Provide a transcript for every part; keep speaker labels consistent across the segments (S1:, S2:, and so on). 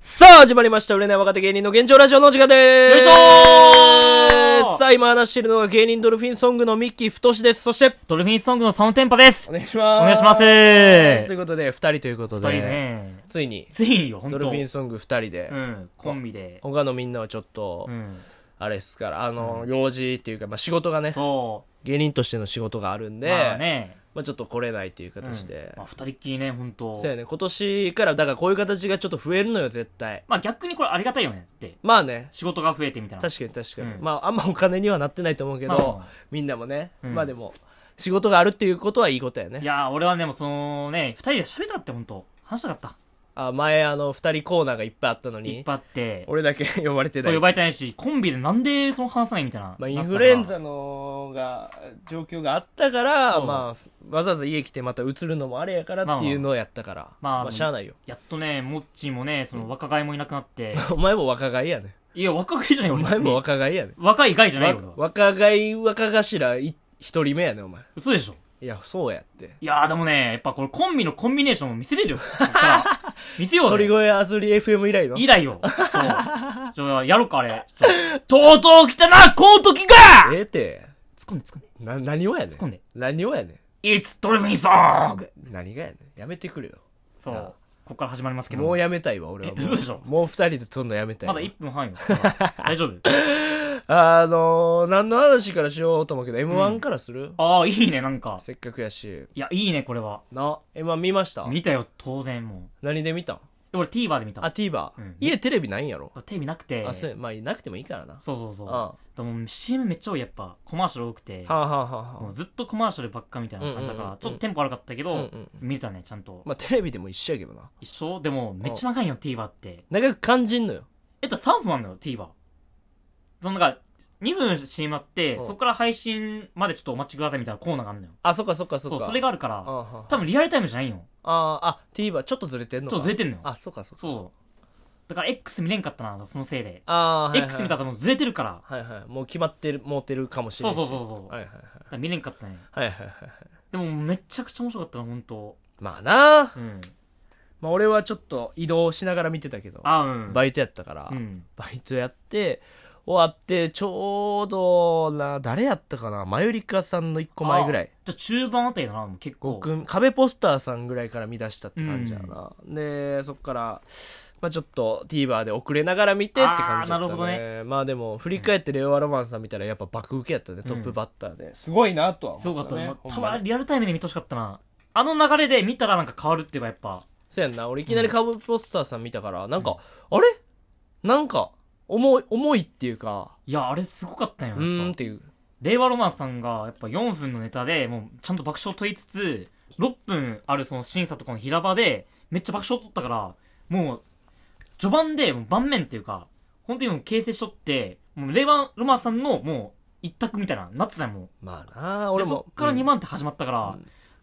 S1: 始まりました。売れない若手芸人の現状ラジオのお時間でーす。
S2: よいしょー
S1: さあ、今話しているのが芸人ドルフィンソングのミッキー太志です。そして、
S2: ドルフィンソングのサウンテンパです
S1: お願いします。
S2: お願いします
S1: ということで、二人ということ
S2: 二
S1: で、
S2: 人ね。
S1: ついに、
S2: ついによ、ほん
S1: ド
S2: と。
S1: ルフィンソング二人で、
S2: うん、コンビで。
S1: 他のみんなはちょっと、
S2: うん。
S1: あれですから、あの、用事っていうか、まあ、仕事がね、
S2: そ
S1: 芸人としての仕事があるん
S2: う。
S1: で、
S2: まあね。
S1: まあちょっと来れないという
S2: うん
S1: 形で、
S2: まあ、二人っきりね、ほんと
S1: そう。やね、今年から、だからこういう形がちょっと増えるのよ、絶対。
S2: まあ逆にこれありがたいよねって。
S1: まあね、
S2: 仕事が増えてみたいな。
S1: 確かに確かに、
S2: うん
S1: まああんまお金にはなってないと思うけど、
S2: まあまあまあ
S1: みんなもね、
S2: うん
S1: まあでも仕事があるっていうことはいいことや
S2: い
S1: ね
S2: やー、俺はね、もうそのね、二人で喋ったってほんと。話したかった。
S1: あ前あの2人コーナーがいっぱいあったの
S2: いっ
S1: に
S2: ぱいあって。
S1: 俺だけ呼ばれてな
S2: そう呼
S1: い
S2: ばれてないし、コンビでなんでその話さないみたいな。
S1: まあ、インフルエン
S2: な
S1: ザ
S2: って
S1: のが状況があったから、
S2: そう
S1: まあ、わざわざ家来てまた移るのもあれやからっていうのをやったから、ま
S2: ま
S1: あ
S2: あまあ
S1: しゃあないよ
S2: たからやっとね、モッチーもね、その若返もいなくなって。
S1: お前も若返りやね
S2: いや、若返じゃない、
S1: お
S2: 俺別
S1: 前
S2: に。
S1: も若返りやね
S2: 若い外じゃないよ、俺は。
S1: 若返り若頭い一人目やねお前
S2: 嘘でしょ。
S1: いやそうやって
S2: いやーでもね、やっぱこれコンビのコンビネーションを見せれるよ。こっから見せよ う
S1: 鳥
S2: ぜ。
S1: 越あずり FM 以来の
S2: 以来よ。そう。ちょ、やろうか、あれ。ちょとうとう来たな、この時が
S1: ええって
S2: 突っ込んで突っ込んで。
S1: な何をやね
S2: 突っ込んで。
S1: 何をやね
S2: It's d o l p h i Song!
S1: ん何がやねんやめてくれよ
S2: そ
S1: あ
S2: う。こっから始まりますけど。
S1: もうやめたいわ俺はも
S2: え嘘でしょ
S1: うもう二人で撮んのやめたい
S2: ま
S1: わ
S2: だ1分半よ。大丈夫。
S1: あのー、何の話からしようと思うけど m 1からする、
S2: ああ、いいね、なんか。
S1: せっかくやし
S2: いや、いいね、これは。
S1: な m 1見ました
S2: 見たよ、当然、も
S1: 何で見た
S2: う。俺 TVer で見た。
S1: あ TVer、
S2: うん
S1: 家テレビないんやろ、
S2: 俺テレビなくて。
S1: あそうやまあなくてもいいからなは
S2: そうそうそう。
S1: あ
S2: でも CM めっちゃ多い、やっぱ。コマーシャル多くて。
S1: あ、はあはあ
S2: も
S1: はあ
S2: うずっとコマーシャルばっかみたいな感じだから、
S1: うんうんうんうん
S2: ちょっとテンポ悪かったけど、
S1: うんうん
S2: 見れたねちゃんと、
S1: まあテレビでも一緒やけどな
S2: 一緒でもめっちゃ長いよ TVer って
S1: 長く感じんのよ
S2: えっと3分あんのよ TVer そのなんか2分 CM あって、
S1: うん
S2: そこから配信までちょっとお待ちくださいみたいなコーナーがあるのよ
S1: あそっかそっかそっ
S2: そ
S1: か
S2: うそれがあるから
S1: あはあ
S2: 多分リアルタイムじゃないよ
S1: あああ TVer ちょっとずれてん
S2: ちょ
S1: の
S2: っ
S1: か
S2: とずれてんのよ
S1: あそっかそっか
S2: そうだから X 見れんかったなそのせいで、
S1: ああーはいはい
S2: X 見たらもうずれてるから
S1: はいはいもう決まってるもうてるかもしれ
S2: そ
S1: な
S2: う
S1: い
S2: そうそうそう、
S1: はいはい
S2: だ
S1: はい
S2: から見れんかったね
S1: はいはいはいはい
S2: でもめちゃくちゃ面白かったな本当
S1: まあなあ
S2: うん
S1: まあ俺はちょっと移動しながら見てたけど
S2: あうん
S1: バイトやったから、
S2: うん
S1: バイトやって終わってちょうどな誰やったかなマユリカさんの1個前ぐらい
S2: あじゃあ中盤あたりだなもう結構
S1: 僕壁ポスターさんぐらいから見出したって感じやな、でそっから、まあ、ちょっと TVer で遅れながら見てって感じだった、ね、
S2: あーなるほどね
S1: まあでも振り返って令和ロマンさん見たらやっぱ爆受けやったね、トップバッターですごいなとは
S2: すごかったね。
S1: ほんま
S2: た
S1: に
S2: まリアルタイムで見てほしかったな。あの流れで見たらなんか変わるっていうかやっぱ。
S1: そうやんな俺いきなりカブポスターさん見たからなんか、あれなんか重い重いっていうか
S2: いや、あれすごかったよ。
S1: う
S2: やっぱ
S1: ーんっていう
S2: 令和ロマンさんがやっぱ4分のネタでもうちゃんと爆笑取りつつ、6分あるその審査とかの平場でめっちゃ爆笑取ったから、もう、序盤でもう盤面っていうか、本当にもう形成しとって、もう令和ロマンさんのもう一択みたいな、なってたよも
S1: まあなあ
S2: う。
S1: 俺
S2: で、
S1: も
S2: そっから2
S1: うん
S2: 万って始まったから、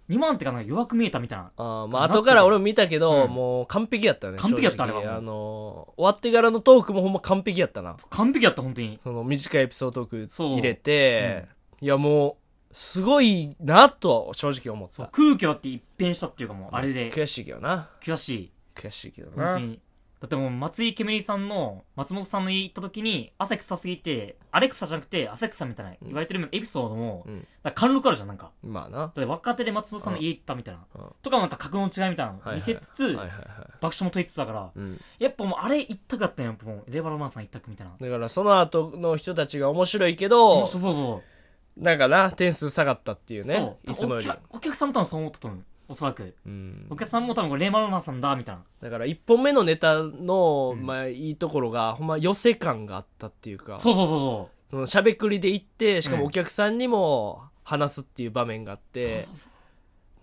S2: 2万ってかなんか弱く見えたみたいな。
S1: あーまあ
S2: なって
S1: 後から俺も見たけど、
S2: うん
S1: もう完璧やったね
S2: 完璧やった
S1: 正直
S2: あれはも
S1: あ
S2: う
S1: のー終わってからのトークもほんま完璧やったな
S2: 完璧やった、本当に。
S1: その短いエピソードトーク
S2: そう
S1: 入れて、いやもうすごいなとは正直思っ
S2: そう
S1: た
S2: 空気はって一変したっていうかもう、あれで。
S1: 悔しいけどな
S2: 悔しい。
S1: 悔しいけど
S2: 本
S1: な
S2: 当に。だってもう、松井けむりさんの、松本さんの言った時に、汗臭すぎて、アレクサじゃなくて、汗臭みたいな言われてるエピソードも、
S1: うん
S2: だから貫禄あるじゃん、なんか。
S1: まあな
S2: だって若手で松本さんの家行ったみたいな。
S1: うん
S2: とかもなんか格の違いみたいなの見せつつ、
S1: はいはいはい
S2: 爆笑も取りつつだから、
S1: うん、
S2: やっぱもうあれ一択だったんや、やっぱもう、レイバロマンさん一択みたいな。
S1: だからその後の人たちが面白いけど
S2: そうそうそ
S1: なんかな点数下がったっていう
S2: う。
S1: ね
S2: そう。
S1: いつもより
S2: お客お客さんも多分そう思ったと思う。おそらく。
S1: うん
S2: お客さんも多分これレイバロマンさんだ、みたいな。
S1: だから1本目のネタの、
S2: うん
S1: まあ、いいところがほんま寄せ感があったっていうか
S2: そうそうそうそ
S1: そのしゃべくりで行ってしかも
S2: うん
S1: お客さんにも話すっていう場面があっ
S2: う。そう
S1: て
S2: そ、うそう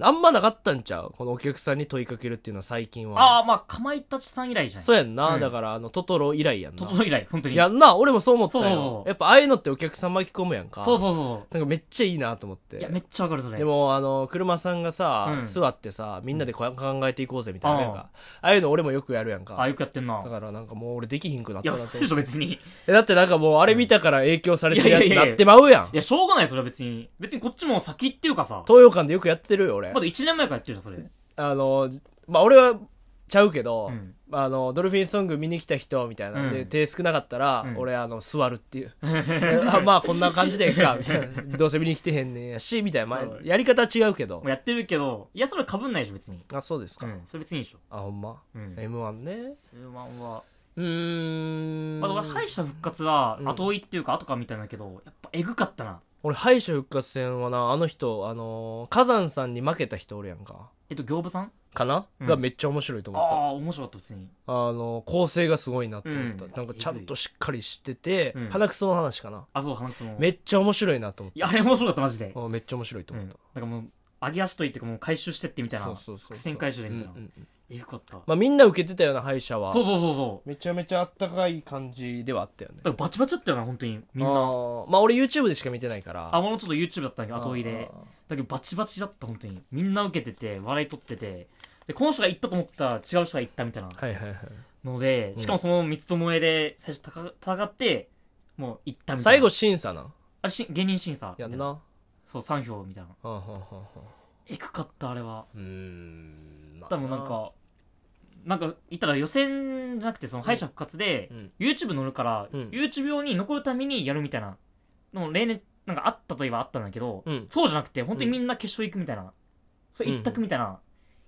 S1: あんまなかったんちゃうこのお客さんに問いかけるっていうのは最近は
S2: ああ、まあ、かまいたちさん以来じゃない
S1: そうやんな、
S2: うん
S1: だからあのトトロ以来やん
S2: ト
S1: な
S2: トロ以来、本当に。
S1: やんな俺もそう思ったよ
S2: そうそうそう
S1: やっぱああいうのってお客さん巻き込むやんか
S2: そうそうそ
S1: なんかめっちゃいいなと思っ
S2: う。
S1: て
S2: いや、めっちゃわかる、それ。
S1: でもあの車さんがさ、
S2: うん
S1: 座ってさみんなでこう考えていこうぜみたいなやんかああいうの俺もよくやるやんか
S2: あ、よくやってんな
S1: だ。からなんかもう俺できひんくなっ
S2: い
S1: た
S2: や、
S1: なと
S2: そ
S1: 思
S2: うで
S1: っ
S2: しょ、別に。い
S1: てだってなんかもうあれ見たから影響されてるやつ
S2: いやいやいや
S1: ない
S2: や
S1: ってまうやん
S2: や、しょうがない、それは別に。別にこっちも先っていうかさ、
S1: 東洋館でよくやってるよ俺
S2: まだ1年前からやってるじゃん、それ。
S1: あの、じまあ、俺は、ちゃうけど、
S2: うん
S1: あのドルフィンソング見に来た人みたいな、ん、
S2: う
S1: で
S2: ん
S1: 手少なかったら、
S2: うん
S1: 俺あの座るっていう であまあこんな感じでいいかみたいなどうせ見に来てへんねんやしみたいな、まあ
S2: そう
S1: やり方違うけど
S2: もうやってるけどいやそれかぶんないでしょ別に
S1: あそうです
S2: う
S1: か、
S2: んそれ別にいいでしょ
S1: あほんま、
S2: うん
S1: m 1ね
S2: M1 は
S1: うーん、
S2: まあ俺敗者復活は
S1: うん
S2: 後追いっていうか後かみたいなんだけどやっぱえぐかったな
S1: 俺敗者復活戦はなあの人あのー火山さんに負けた人おるやんか
S2: えっと行部さん
S1: かな、
S2: うん
S1: がめっちゃ面白いと
S2: あ
S1: 思った
S2: あー面白かった別に
S1: あの構成がすごいなって思った、
S2: うん
S1: なんかちゃんとしっかりしてて、
S2: うん
S1: 鼻くその話かな
S2: あそう話すの
S1: めっちゃ面白いなと思っ
S2: いやあれ面白かったマジで
S1: たあめっちゃ面白いと
S2: うん
S1: 思っ
S2: なん
S1: た、
S2: かもう上げ足といってかもう回収してってみたいな
S1: そうそうそうそう
S2: 伏線回収でみたいな
S1: うんうんうん
S2: えぐかった
S1: まあ、みんな受けてたような敗者は
S2: そうそうそうそう
S1: めちゃめちゃあったかい感じではあったよね
S2: だからバチバチだったよな本当にみん
S1: あ
S2: な
S1: ーまあ俺 YouTube でしか見てないから
S2: あもうちょっと YouTube だったんだけど後追い
S1: あ
S2: で
S1: ー
S2: だけどバチバチだった本当にみんな受けてて笑い取っててでこの人が行ったと思ったら違う人が行ったみたいな
S1: はいはいはい
S2: ので、しかもその三つともえで最初戦戦ってもう行ったみたいな
S1: 最後審査なん
S2: あれし芸人審査みた
S1: や
S2: い
S1: ん
S2: な
S1: なは
S2: そう3票みたいな
S1: あはあはあはあ
S2: えぐかったあれは
S1: うーんまあ
S2: 多分なんかなんか言ったら予選じゃなくてその敗者復活で
S1: うん
S2: YouTube 乗るから、
S1: うん
S2: YouTube 用に残るためにやるみたいなのも例年なんかあったといえばあったんだけど、
S1: うん
S2: そうじゃなくて本当にみんな決勝行くみたいな、それ一択みたいな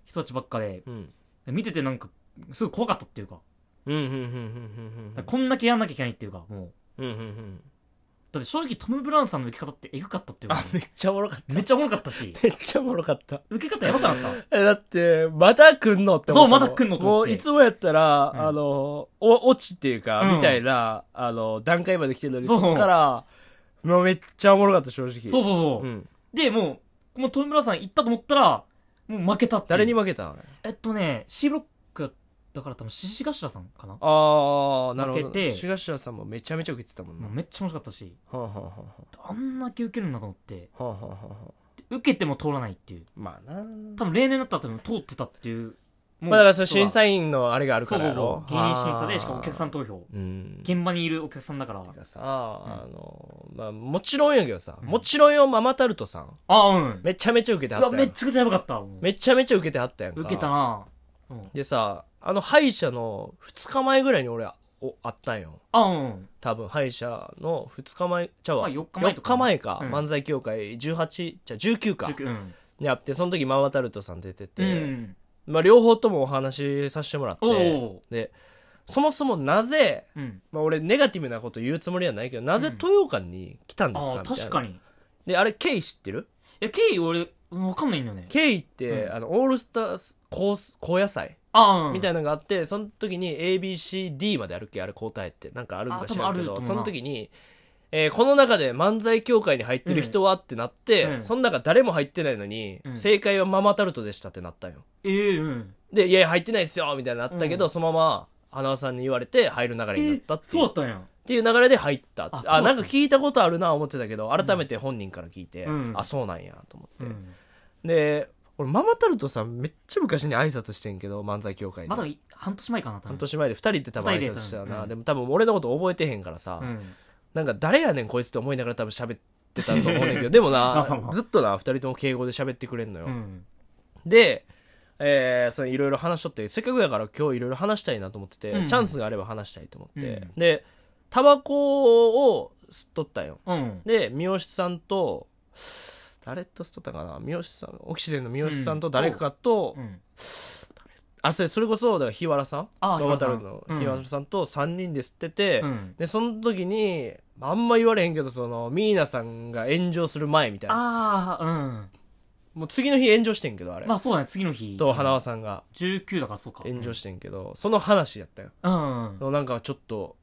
S2: 人たちばっかで、
S1: うん
S2: 見ててなんかすごい怖かったっていうか,、
S1: うんうんうん
S2: こんだけやんなきゃいけないっていうかも
S1: う
S2: う
S1: んうんうんうんうんうん
S2: だって正直トム・ブラウンさんの受け方ってエグかったっていうか
S1: あめっちゃおもろかった
S2: めっちゃおもろかったし
S1: めっちゃおもろかった
S2: 受け方やばくなかった
S1: え、だって、また来んのって思ったもん。
S2: そうまた来んのと思
S1: も
S2: って
S1: ういつもやったら、
S2: うん
S1: あの、お、落ちっていうか、
S2: うん
S1: みたいな、あの、段階まで来てるのに、
S2: そ
S1: そうっから、もうめっちゃおもろかった、正直。
S2: そうそうそう、
S1: ん。
S2: でもうもうトム・ブラウンさん行ったと思ったらもう負けたっていう
S1: 誰に負けたのあれ
S2: えっとね C ブロックだから多分獅子頭さんかな
S1: あー、なるほど。
S2: 負けて
S1: シガシラさんもめちゃめちゃ受けてたもんな。
S2: もう
S1: は
S2: めっちゃ面白かったし
S1: あはあは
S2: あんだけ受けるんだと思って
S1: あはあはあはあはあ
S2: で受けても通らないっていう
S1: まあな
S2: 多分例年だったら多分通ってたっていうもう
S1: まあだからその審
S2: 員
S1: 査員のあれがある
S2: そ
S1: か
S2: う
S1: ら
S2: そう
S1: やろ
S2: そう芸人審査でしかもお客さ
S1: ん。
S2: ん投票
S1: うん。
S2: 現場にいるお客さんだから
S1: てかさ、あの、まあもちろんやけどさ、
S2: うん
S1: もちろんよ、ママタルトさん。
S2: あうん
S1: めちゃめちゃ受けては
S2: う
S1: った
S2: わ
S1: やん
S2: めっちゃくちゃやばかったもう
S1: めちゃめちゃ受けてはったやんか
S2: 受けたなうん
S1: でさあの歯医者の2日前ぐらいに俺おあったんよ
S2: あうん
S1: 多分歯医者の2日前ちゃうわ
S2: まあ4日前とか
S1: 4日前か、
S2: うん
S1: 漫才協会18じゃあ19か
S2: 19うん
S1: にあってその時ママタルトさん出て
S2: う
S1: て、
S2: ん
S1: まあ、両方ともお話しさせてもらって
S2: おお
S1: でそもそもなぜ、
S2: うん
S1: まあ、俺ネガティブなこと言うつもりはないけどなぜ
S2: うん
S1: 豊岡に来たんですか、
S2: あ
S1: み
S2: あ
S1: たいな
S2: 確かに
S1: であれケイ知ってる
S2: え経緯俺うんわかんないんだよね
S1: ケイって、
S2: うん
S1: あのオールスター高高野菜
S2: ああ
S1: みたいなのがあって、その時に ABCD まであるっけあれ答えって。なんかあるんか知らんけ
S2: あ多分あると
S1: ど、
S2: 思うな
S1: その時に、えーこの中で漫才協会に入ってる人はってなって、
S2: うん
S1: その中誰も入ってないのに、
S2: うん
S1: 正解はママタルトでしたってなったんよ。
S2: ええうん
S1: で、いやいや入ってないですよみたいになったけど、
S2: う
S1: そのまま、花輪さんに言われて入る流れになったってい
S2: そう
S1: う,、
S2: だったんや
S1: っていう流れで入ったって
S2: あそう
S1: あなんか聞いたことあるな思ってたけど、改めて本人から聞いて、
S2: うん
S1: あ、そうなんやと思って。
S2: うん
S1: で、俺ママタルトさんめっちゃ昔に挨拶してんけど、漫才協会で。
S2: まだい半年前かな多分
S1: 半年前で2人って多分
S2: 二
S1: 挨
S2: 人で
S1: 拶したよ
S2: 多分
S1: な、
S2: うん
S1: でも多分俺のこと覚えてへんからさ、
S2: うん
S1: なんか誰やねんこいつって思いながら多分喋ってたと思うねんけ どでも
S2: まあまあ
S1: な
S2: まあ
S1: ずっとな2人とも敬語で喋ってくれんのよ、
S2: うん
S1: でえー、そのいろいろ話しとってせっかくやから今日いろいろ話したいなと思ってて、
S2: うん
S1: チャンスがあれば話したいと思って、
S2: うん
S1: でタバコを吸っとったんよ
S2: うん
S1: で三好さんと誰と吸っとったかな三好さんオキシデンの三好さんと誰かと、
S2: うん
S1: あそれそれこそだから日原さん
S2: ああ
S1: ママタルトの日
S2: う
S1: 原
S2: ん
S1: さんと3人で吸ってて、
S2: うん
S1: でその時にあんま言われへんけどそのミーナさんが炎上する前みたいな
S2: ああうん
S1: もう次の日炎上してんけどあれ、
S2: まあそうだね次の日
S1: と花輪さんが
S2: 19だからそうか
S1: 炎上してんけど、その話やったよ、
S2: うんうん
S1: そのなんかちょっと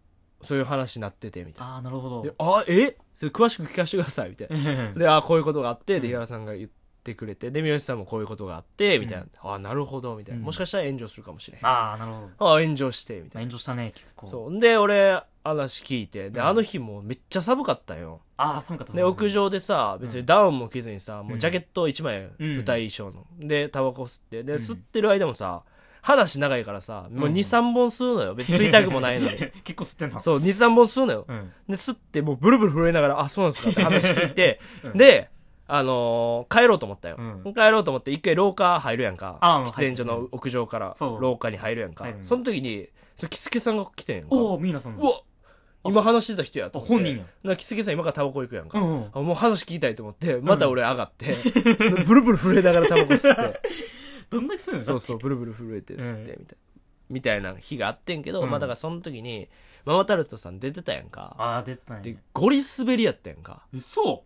S1: そういう話になっててみたい
S2: ああなるほ
S1: な
S2: ど
S1: であえそれ詳しく聞かせてください みたいなであこういうことがあってで日原さんが言ってくれてで三好さんもこういうことがあってみたいな、あなるほどみたいな、
S2: うん
S1: もしかしたら炎上するかもしれへんあ
S2: ああなるほどま
S1: 炎上してみたいな
S2: あ炎上したね結構
S1: そう。んで、俺、話聞いて、で、
S2: うん
S1: あの日もうめっちゃ寒かったよ。
S2: ああ寒かった
S1: で、屋上でさ、別にダウンも着ずにさ、もうジャケット1枚、
S2: うん
S1: 舞台衣装の。で、タバコ吸って、で、
S2: うん
S1: 吸ってる間もさ、話長いからさ、もう2、
S2: うん
S1: 3本吸うのよ。別に吸いたくもない のに。
S2: 結構吸ってんな
S1: そう、2、3本吸うのよ。
S2: うん
S1: で、吸って、もうブルブル震えながら、あ、そうなんですかって話聞いて
S2: 、うん
S1: で、あのー帰ろうと思ったよ、
S2: うん
S1: 帰ろうと思って一回廊下入るやんか
S2: あうん
S1: 喫煙所の屋上から
S2: そう
S1: 廊下に入るやんか
S2: 入るね
S1: その時にそのキスケさんが来てんやんか
S2: おお、ミーナさんだ
S1: うわ今話してた人やと思って
S2: あ本人や
S1: なんかキスケさん今からタバコ行くやんか、
S2: うんうん。
S1: あもう話聞きたいと思ってまた俺上がって、 ブルブル震えながらタバコ吸って
S2: どんだけするの
S1: そうそうブルブル震えて吸ってみたいな、みたいな日があってんけど、
S2: うん
S1: まあだからその時にママタルトさん出てたやんか
S2: ああ、出てた
S1: で
S2: ね。
S1: ゴリ滑りやったやんか
S2: 嘘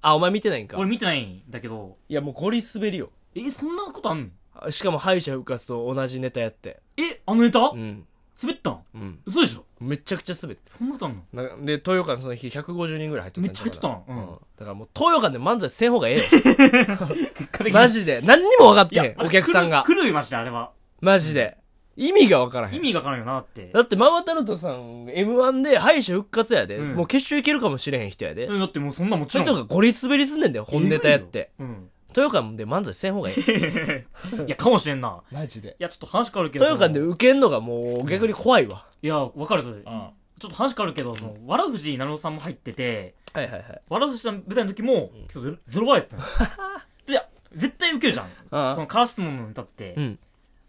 S1: あお前見てないんか
S2: 俺見てないんだけど。
S1: いやもうゴリ滑りよ
S2: え、そんなことあんの
S1: あしかも敗者復活と同じネタやって
S2: え、あのネタ
S1: うん
S2: 滑ったん
S1: うん
S2: 嘘でしょ
S1: めちゃくちゃ滑って
S2: そんなことあんの
S1: なで東洋館その日150人ぐらい入っとったんちゃうかな
S2: めっちゃ入っとったんうん
S1: だからもう東洋館で漫才せん方がええよ
S2: 結果的に。
S1: マジで何にも分かっ
S2: い
S1: て
S2: や
S1: へんお客さんが
S2: 狂い狂いました、あれは。
S1: マジで意味が分からへん
S2: 意味がわからんよなって。
S1: だってママタルトさん m 1で敗者復活やで、
S2: うん
S1: もう決勝いけるかもしれへん人やで、
S2: うんだってもうそんなもち
S1: そ
S2: ろ
S1: れ
S2: ん。
S1: とかゴリ滑りすんねんだよ本ネタやって
S2: えぐいよ。
S1: 豊館で漫才せん方がいい
S2: うん。 いや、かもしれんな。
S1: マジで
S2: いや、ちょっと話変わるけど。
S1: 豊館で受けんのがもう逆に怖いわ、
S2: いや、わかるぞ。ちょ
S1: あ
S2: っと話変わるけど、その、わらふじなるおさんも入ってて、
S1: はいはいはい
S2: わらふじさん舞台の時も、そうゼロゼロ倍 やったの。いや、絶対受けるじゃん。
S1: ああ
S2: その、カラスモンの歌って
S1: う、ん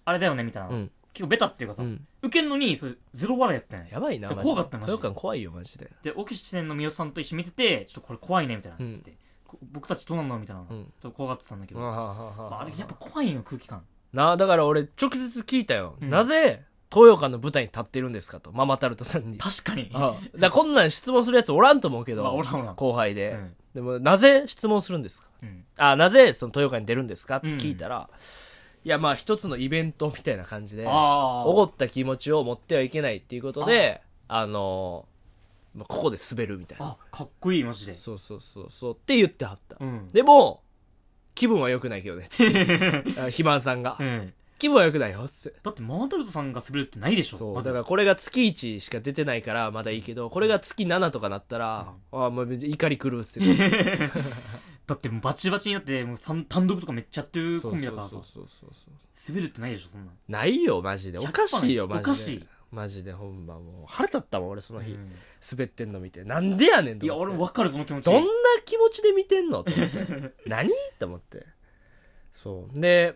S2: あれだよね、みたいな
S1: うん。
S2: 結構ベタっていうか
S1: う
S2: さ、
S1: ん
S2: 受けんのに、それゼロ笑いやったんや。
S1: やばいな
S2: で
S1: マジで
S2: 怖かったマジで
S1: 豊館怖いよマジで
S2: で、オキシテンのみよさんと一緒に見てて、ちょっとこれ怖いね、みたいな。
S1: うん
S2: つってこ僕たちどうなんのみたいな。ち
S1: う
S2: ょ
S1: ん
S2: っと怖がってたんだけど。まああ
S1: あ
S2: れ、やっぱ怖いよ、空気感。
S1: なだから俺直接聞いたよ、
S2: うん
S1: なぜ東洋館の舞台に立ってるんですかとママタルトさんに
S2: 確かに。
S1: ああだからこんなん質問するやつおらんと思うけど、
S2: まあおらんおらん
S1: 後輩で、
S2: うん
S1: でもなぜ質問するんですか
S2: うん。
S1: あなぜその豊川に出るんですかって聞いたら、いやまあ一つのイベントみたいな感じで
S2: あ
S1: 怒った気持ちを持ってはいけないっていうことであのーまあ、ここで滑るみたいな
S2: あ。あ、かっこいい、マジで。
S1: そうそうそうそうって言ってはった、
S2: うん。
S1: でも気分は良くないけどねあ肥満さんが、
S2: うん。
S1: 気分は良くないよっつって
S2: だって、マータルトさんが滑るってないでしょ。
S1: そう
S2: まず
S1: だからこれが月1しか出てないからまだいいけどこれが月7とかなったら、あもう怒り狂うっつって
S2: だってもうバチバチになって、もうさん単独とかめっちゃやってる
S1: そ
S2: コ
S1: う
S2: ンビ
S1: そ
S2: だ
S1: う
S2: か
S1: そ
S2: らさ
S1: う、そうそうそう
S2: 滑るってないでしょ、そんなん。
S1: ないよマジでおかしいよ
S2: 100%
S1: マジで
S2: おかしい
S1: マジでほんまもう腹立ったもん俺その日、
S2: うん
S1: 滑ってんの見てなんでやねんと
S2: いや、
S1: 思って
S2: 俺もわかる、その気持ち。
S1: どんな気持ちで見てんのと思って何と思ってそうで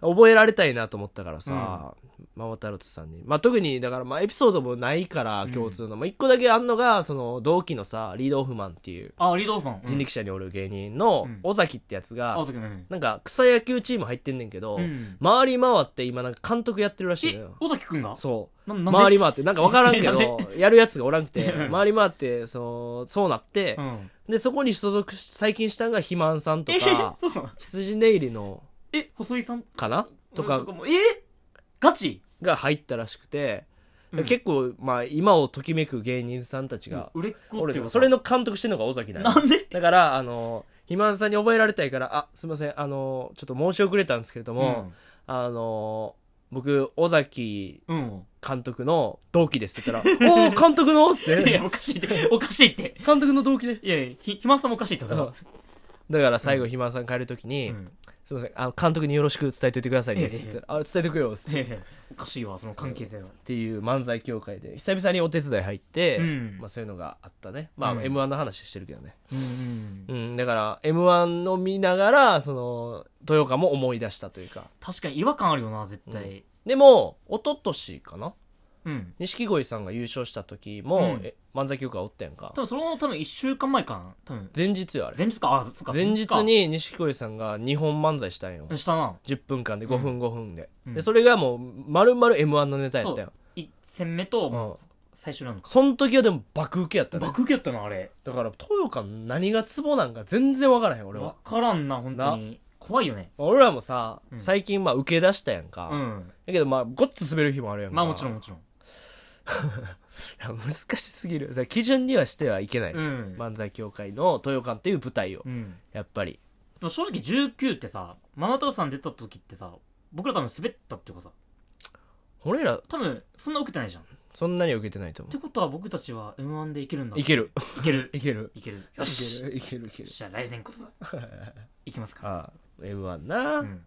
S1: 覚えられたいなと思ったからさ、ママタルトさんに、まあ、特にだからまあエピソードもないから
S2: うん
S1: 共通の、まあ、1個だけあんのがその同期のさリードオフマンっていう
S2: あ、リードオフマン。うん
S1: 人力車におる芸人の
S2: うん
S1: 尾崎ってやつ
S2: あ、
S1: が、
S2: そううん。
S1: なんか草野球チーム入ってんねんけど、
S2: うん。
S1: 回り回って今なんか監督やってるらしいの
S2: え
S1: よ、
S2: 尾崎くんが
S1: そう
S2: ななんで
S1: 回り回ってなんか分からんけ
S2: な
S1: どやるやつがおらんくて
S2: うん
S1: 回り回ってそのそうなって、
S2: うん。
S1: でそこに所属し最近したんが肥満さんと
S2: え、
S1: か
S2: そうなの
S1: 羊ネイリの
S2: え、細井さん
S1: かなとか
S2: もえガチ
S1: が入ったらしくて、
S2: うん
S1: 結構まあ今をときめく芸人さんたちが、
S2: 売れっ子っ
S1: 俺
S2: ていうか
S1: それの監督してんのが尾崎だよ
S2: なんで
S1: だからあの肥満さんに覚えられたいからあすいませんあのちょっと申し遅れたんですけれども、あの僕尾崎
S2: うん。うん
S1: 監督の同期ですって言ったら 「おお監督の!」っつっ
S2: い
S1: て
S2: や、おかしいって。おかしいって。
S1: 監督の同期で
S2: いやいや、ひ、ひまさんもおかしいって、それは。
S1: だから最後肥満さん帰るときに、
S2: うん
S1: すいませんあの監督によろしく伝えといてくださいね」っつって「あ伝えとくよ」っつってっ
S2: いやいやおかしいわ、その関係性は。
S1: ていう漫才協会で久々にお手伝い入って、
S2: うん
S1: まあ、そういうのがあったねまあ、
S2: うん
S1: m 1の話してるけどね、
S2: うんうん。
S1: うん、だから m 1を見ながらその豊岡も思い出したというか
S2: 確かに違和感あるよな、絶対。
S1: でも一昨年かな
S2: うん。
S1: 錦鯉さんが優勝した時も、
S2: うん
S1: え漫才協会おったやんか
S2: 多分その、多分一週間前かな。多分。
S1: 前日よあれ
S2: 前日か、あ、そっか。
S1: 前日
S2: か。
S1: に錦鯉さんが2本漫才したんよ、
S2: したな。
S1: 10分間で5分5分で,、
S2: うん
S1: でそれがもう丸々 m 1のネタやったよ
S2: 一戦目と、
S1: ん
S2: もう最終ラウンドか。
S1: その時はでも爆受けやったね
S2: 爆受けやったな、あれ。
S1: だから東洋館の何がツボなんか全然分からへん俺は
S2: わ、からんな、本当に。怖いよね。
S1: 俺らもさ、
S2: うん
S1: 最近まあ受け出したやんか、
S2: う
S1: だ
S2: ん。
S1: けどまあごっつ滑る日もあるやんか
S2: まあもちろんもちろん。
S1: いや難しすぎるだから基準にはしてはいけない、
S2: うん。
S1: 漫才協会の東洋館っていう舞台を、
S2: うん。
S1: やっぱり
S2: でも正直19ってさママタオさん出た時ってさ僕ら多分滑ったっていうかさ
S1: 俺ら
S2: 多分そんな受けてないじゃんっ
S1: そんなには受けてないと思
S2: てことは僕たちは m 1でいけるんだ
S1: ういける
S2: いける
S1: いける
S2: いけるよ
S1: い
S2: し
S1: け
S2: よ
S1: るいけるいけ
S2: っ
S1: る
S2: しゃ来年 こそだいきますか
S1: ああ m 1な、
S2: うん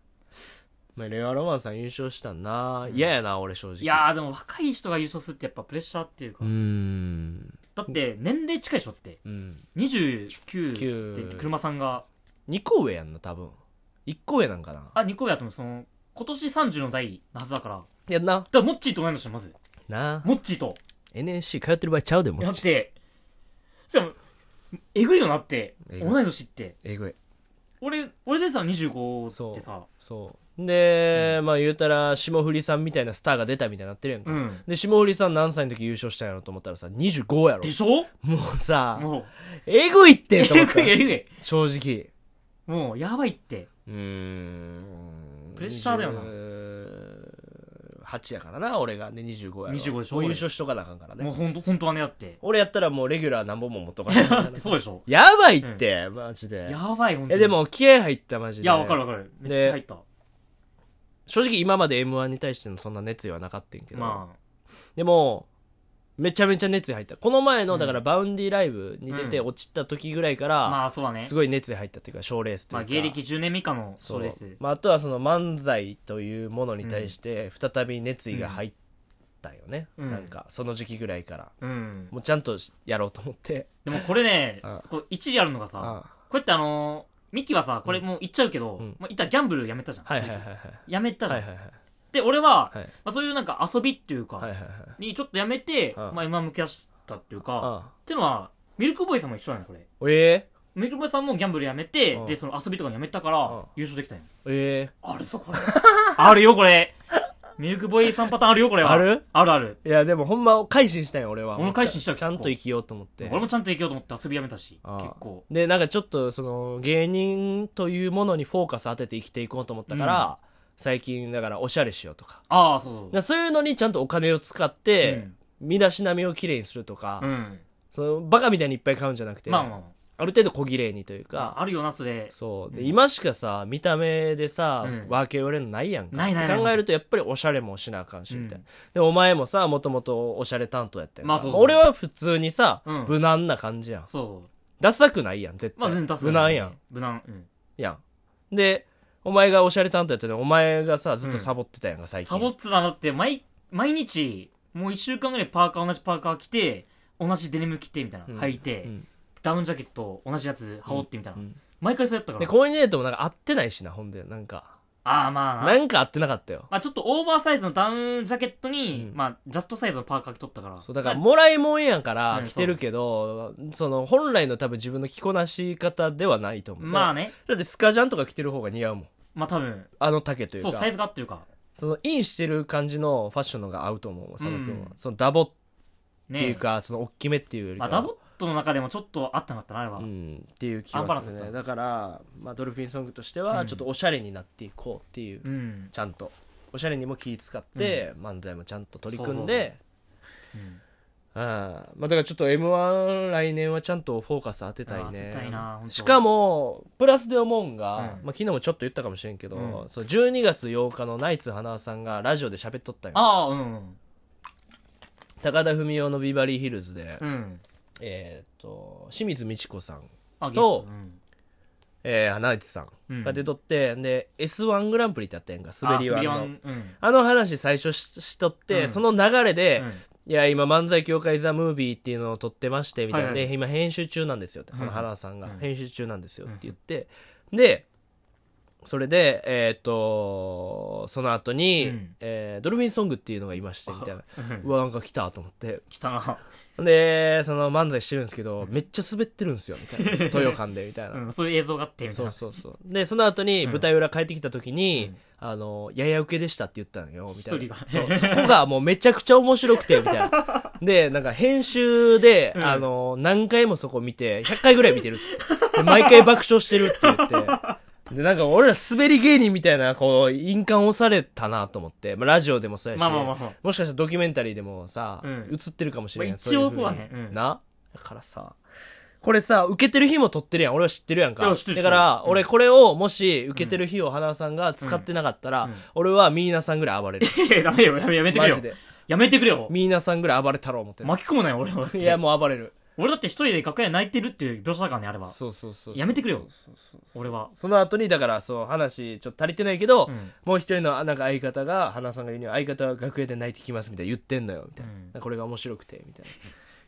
S1: まあ、レアロマンさん優勝したんな嫌やな俺正直
S2: いやーでも若い人が優勝するってやっぱプレッシャーっていうか
S1: うーん
S2: だって年齢近い人って
S1: うん
S2: 29って
S1: 9
S2: 車さんが
S1: 2個上やんな多分1個上なんかな
S2: あ、2個上だと思う。その、今年30の代のはずだから。だか
S1: やんな
S2: ら、モッチーと同い年だよ、まず。
S1: なあ
S2: モッチーと。
S1: NSC 通ってる場合ちゃうでも
S2: や
S1: っ
S2: っ
S1: ち
S2: て、しかも、えぐいよなって、
S1: えぐい
S2: 同い年って。
S1: えぐい
S2: 俺、俺でさ、25ってさ、
S1: そうで、まあ言うたら霜降りさんみたいなスターが出たみたいになってるやんか、
S2: うん。
S1: で霜降りさん何歳の時優勝したんやろと思ったらさ25やろ
S2: でしょ
S1: もうさ
S2: もう、
S1: えぐいって
S2: え
S1: と思った
S2: ぐいえぐい。
S1: 正直
S2: もう、やばいって。
S1: うーん
S2: プレッシャーだよな
S1: 8やからな俺がで25やろ
S2: 25でしょ
S1: もう優勝しとかなあかんから
S2: もう
S1: ね
S2: ほんと、ほんとはね、だって。
S1: 俺やったらもうレギュラー何本も持っとかなあかん
S2: だ
S1: か
S2: っ
S1: ら
S2: て
S1: ね
S2: そうでしょ
S1: やばいって、マジで
S2: やばい、ほんとに。
S1: えで、も気合入ったマジで
S2: いや、わかるわかる。めっちゃ入った。
S1: 正直今まで m 1に対してのそんな熱意はなかったんやけど、
S2: ま
S1: でもめちゃめちゃ熱意入ったこの前のだからバウンディライブに出て
S2: うん
S1: 落ちた時ぐらいか
S2: あ、
S1: ら、
S2: まあ、そうだね
S1: す。ごい熱意入ったっていうか賞ーレースっていう
S2: ま
S1: か
S2: あ、芸歴10年以下の、
S1: そ
S2: そうう
S1: で
S2: ですす。、
S1: まあ、あとはその漫才というものに対して再び熱意が入ったよね、
S2: うん
S1: なんかその時期ぐらいから
S2: うん。
S1: もうちゃんとやろうと思って
S2: でもこれね
S1: あ、
S2: こう一理あるのがさ、
S1: あ
S2: こうやってあのー、ミキはさ、これもう言っちゃうけど、
S1: うん
S2: まあ、いったらギャンブルやめたじゃん。
S1: はいはい
S2: 正
S1: はい
S2: 直
S1: はい
S2: やめたじ
S1: は
S2: ゃ
S1: い
S2: ん。
S1: はいはい
S2: で、俺は、
S1: はい
S2: まあ、そういうなんか遊びっていうか、
S1: はいはいはい
S2: にちょっとやめて、
S1: うん
S2: まあ今向き出したっていうか、
S1: あ
S2: ってのは、ミルクボーイさんも一緒なのこれ。
S1: あえ
S2: ミルクボーイさんもギャンブルやめて、
S1: うん
S2: で、その遊びとかやめたから、
S1: うん
S2: 優勝できたんよ。
S1: ー、え
S2: あるぞ、これ。 あるよ、これ。 ミルクボーイさんパターンあるよ、これは。
S1: ある
S2: あるある。
S1: ー、いやでもほんま改心したんよ俺は
S2: 俺も改心した
S1: ちゃんちゃん
S2: 結構
S1: と生きようと思って
S2: 俺もちゃんと行けようと思って遊びやめたし、
S1: ああ
S2: 結構。
S1: でなんかちょっとその芸人というものにフォーカス当てて生きていこうと思ったから、最近だからおしゃれしようとか
S2: ああ、そうそう
S1: だからそういうのにちゃんとお金を使って、身だしなみをきれいにするとか、
S2: うん。うん。
S1: そのバカみたいにいっぱい買うんじゃなくて、
S2: まあまあま
S1: ある程度小綺麗にという
S2: あ。
S1: か、
S2: あるよな、それ。
S1: そうで、
S2: うん
S1: 今しかさ見た目でさ、
S2: うん
S1: ワーケー売れるのないやんか
S2: ないないない
S1: って考えるとやっぱりおしゃれもしなあかんしみたいな、
S2: うん
S1: でお前もさもともとおしゃれ担当やったやんか
S2: まあそうそう
S1: 俺は普通にさ、
S2: うん
S1: 無難な感じやん
S2: そうそう。
S1: ダサくないやん絶対、
S2: まあ全然出す
S1: 無難やん。
S2: 無難。うん。
S1: やんでお前がおしゃれ担当やっててお前がさずっとサボってたやんか、最近
S2: サボってたなって、毎、毎日、もう一週間ぐらいパーカー同じパーカー着て、同じデニム着て、みたいな。
S1: うん
S2: 履いて、
S1: うん
S2: ダウンジャケット同じやつ羽織ってみたいな、
S1: うん
S2: 毎回そうやったか
S1: で
S2: ら
S1: コーディネートもなんか合ってないしなほんでなんか
S2: ああまあ
S1: な
S2: な
S1: んか合ってなかったよ
S2: まあちょっとオーバーサイズのダウンジャケットに、
S1: うん
S2: まあジャストサイズのパーカー着とったから
S1: そうだから
S2: ま
S1: もらいもんやから
S2: うん
S1: 着てるけど、その本来の多分自分の着こなし方ではないと
S2: あ
S1: 思う、
S2: まあね
S1: だってスカジャンとか着てる方が似合うもん
S2: まあ多分
S1: あの丈という
S2: そ
S1: か
S2: うサイズが合ってるか
S1: そのインしてる感じのファッションの方が合うと思う佐野君は、
S2: うん
S1: そのダボっ
S2: ね
S1: ていうか、その大きめっていうより
S2: ま
S1: か
S2: あダボットの中でもちょっとあったなったなあれは、
S1: うん、っていう気
S2: アンバ
S1: が
S2: ラン
S1: す
S2: ス
S1: る
S2: だ
S1: ね
S2: っ
S1: だから、まあ、ドルフィンソングとしては
S2: うん
S1: ちょっとおしゃれになっていこうっていう、
S2: うん
S1: ちゃんとおしゃれにも気使って、漫才もちゃんと取り組ん
S2: そうそう
S1: で
S2: うん
S1: うんまあだからちょっと m 1来年はちゃんとフォーカス当てたい
S2: あー
S1: ね
S2: 当てたいな本当
S1: しかもプラスで思うんが、
S2: うん
S1: まあ、昨日もちょっと言ったかもしれんけど、
S2: う
S1: そう12月8日のナイツ花輪さんがラジオで喋っとったんよ
S2: ああうん
S1: 高田文雄のビバリーヒルズで、
S2: うん
S1: えーっと清水ミチコさん、
S2: あゲス
S1: と
S2: トうん
S1: えー、ナイツさんが出とって、で S1 グランプリってあったやんか滑り
S2: あ
S1: は
S2: ワ
S1: の
S2: ンうん
S1: あの話最初ししとって、
S2: うん
S1: その流れで、
S2: うん
S1: いや、今、漫才協会ザ・ムービーっていうのを撮ってまして、みたいな。
S2: はいはい
S1: で、今、編集中なんですよって、
S2: うん
S1: 花原さんが
S2: うん。
S1: 編集中なんですよっ
S2: うん
S1: て言って、で、それで、えーっと、その後に
S2: うん、
S1: えードルフィンソングっていうのがいまして、みたいな。うわ、なんか来たと思って。
S2: 来たな
S1: で、その漫才してるんですけど、めっちゃ滑ってるんですよ、みたいな。 豊館で、みたいな
S2: う。んそういう映像があってみたい
S1: そう
S2: な
S1: そうそう。で、その後に
S2: うん
S1: 舞台裏帰ってきた時に、
S2: うん
S1: あの、やや受けでしたって言ったのよ、みたいな。
S2: 一人が
S1: そう、そこがもうめちゃくちゃ面白くて、みたい な。で、なんか編集で、
S2: うん
S1: あの、何回もそこ見て、100回ぐらい見てるって。で毎回爆笑してるって言って。で、なんか俺ら滑り芸人みたいな、こう、印鑑押されたなと思って。まあ、ラジオでもそうやし。
S2: まあまあまあ まあ
S1: もしかしたらドキュメンタリーでもさ、
S2: うん
S1: 映ってるかもしれない、
S2: まあ一応そう
S1: い
S2: だね
S1: 風に
S2: うん
S1: なだからさ、これさ、受けてる日も撮ってるやん。俺は知ってるやんか。
S2: いや知ってる
S1: だから、
S2: うん
S1: 俺これをもし受けてる日を花輪さんが使ってなかったら、
S2: うんうん
S1: 俺はミーナさんぐらい暴れる。
S2: い やいやダメよやめやめてく
S1: マ
S2: れ
S1: ジ
S2: よ
S1: で。
S2: やめてくれよ
S1: ミーナさんぐらい暴れたろう思ってる。
S2: 巻き込むなよ俺はい
S1: や、もう暴れる。
S2: 俺だって一人で楽屋で泣いてるっていう描写だからねあれは
S1: そうそうそう。
S2: やめてくれよ
S1: そうそうそう
S2: 俺は
S1: その後に、だから、そう、話、ちょっと足りてないけど、
S2: うん
S1: もう一人の、あなんか相方が、花輪さんが言うには、相方は楽屋で泣いてきます、みたいな言ってんのよ、みたいな。
S2: うん
S1: なんかこれが面白くて、みたいな。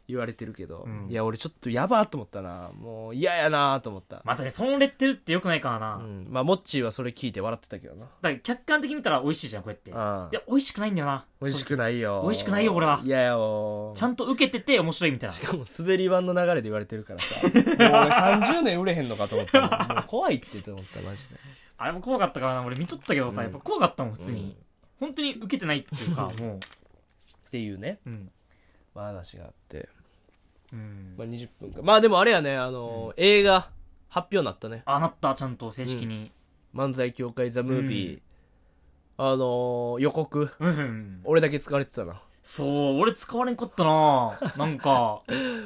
S1: 言われてるけど、
S2: うん
S1: いや俺ちょっとやばーと思ったなもう嫌やなーと思った、
S2: またね、そのレッテルって良くないからな。
S1: うん、まあモッチーはそれ聞いて笑ってたけどな
S2: だから客観的に見たら美味しいじゃん、こうやって。い
S1: ああ
S2: や、美味しくないんだよな。
S1: 美味しくないよ
S2: 美味しくないよ俺はい
S1: やよ
S2: ちゃんと受けてて面白いみたいな
S1: し。かも滑り版の流れで言われてるから さもう俺30年売れへんのかと思ったもんもう怖いってと思ったマジで
S2: あれも怖かったからな、俺見とったけど
S1: う
S2: さ、
S1: ん
S2: やっぱ怖かったもん、普通に。
S1: うんっ
S2: 本当に受けてないっていう か、も
S1: ていうね、
S2: う。うん。
S1: まあ、話があって、
S2: うん
S1: ま。あ、20分かまあでもあれやねあの、映画発表になったね
S2: あ、なった、ちゃんと正式に。
S1: 漫才協会ザ・ムービー、
S2: うん
S1: あのー予告
S2: うん。うん
S1: 俺だけ使われてたな
S2: そう、俺使われんかったなな んか、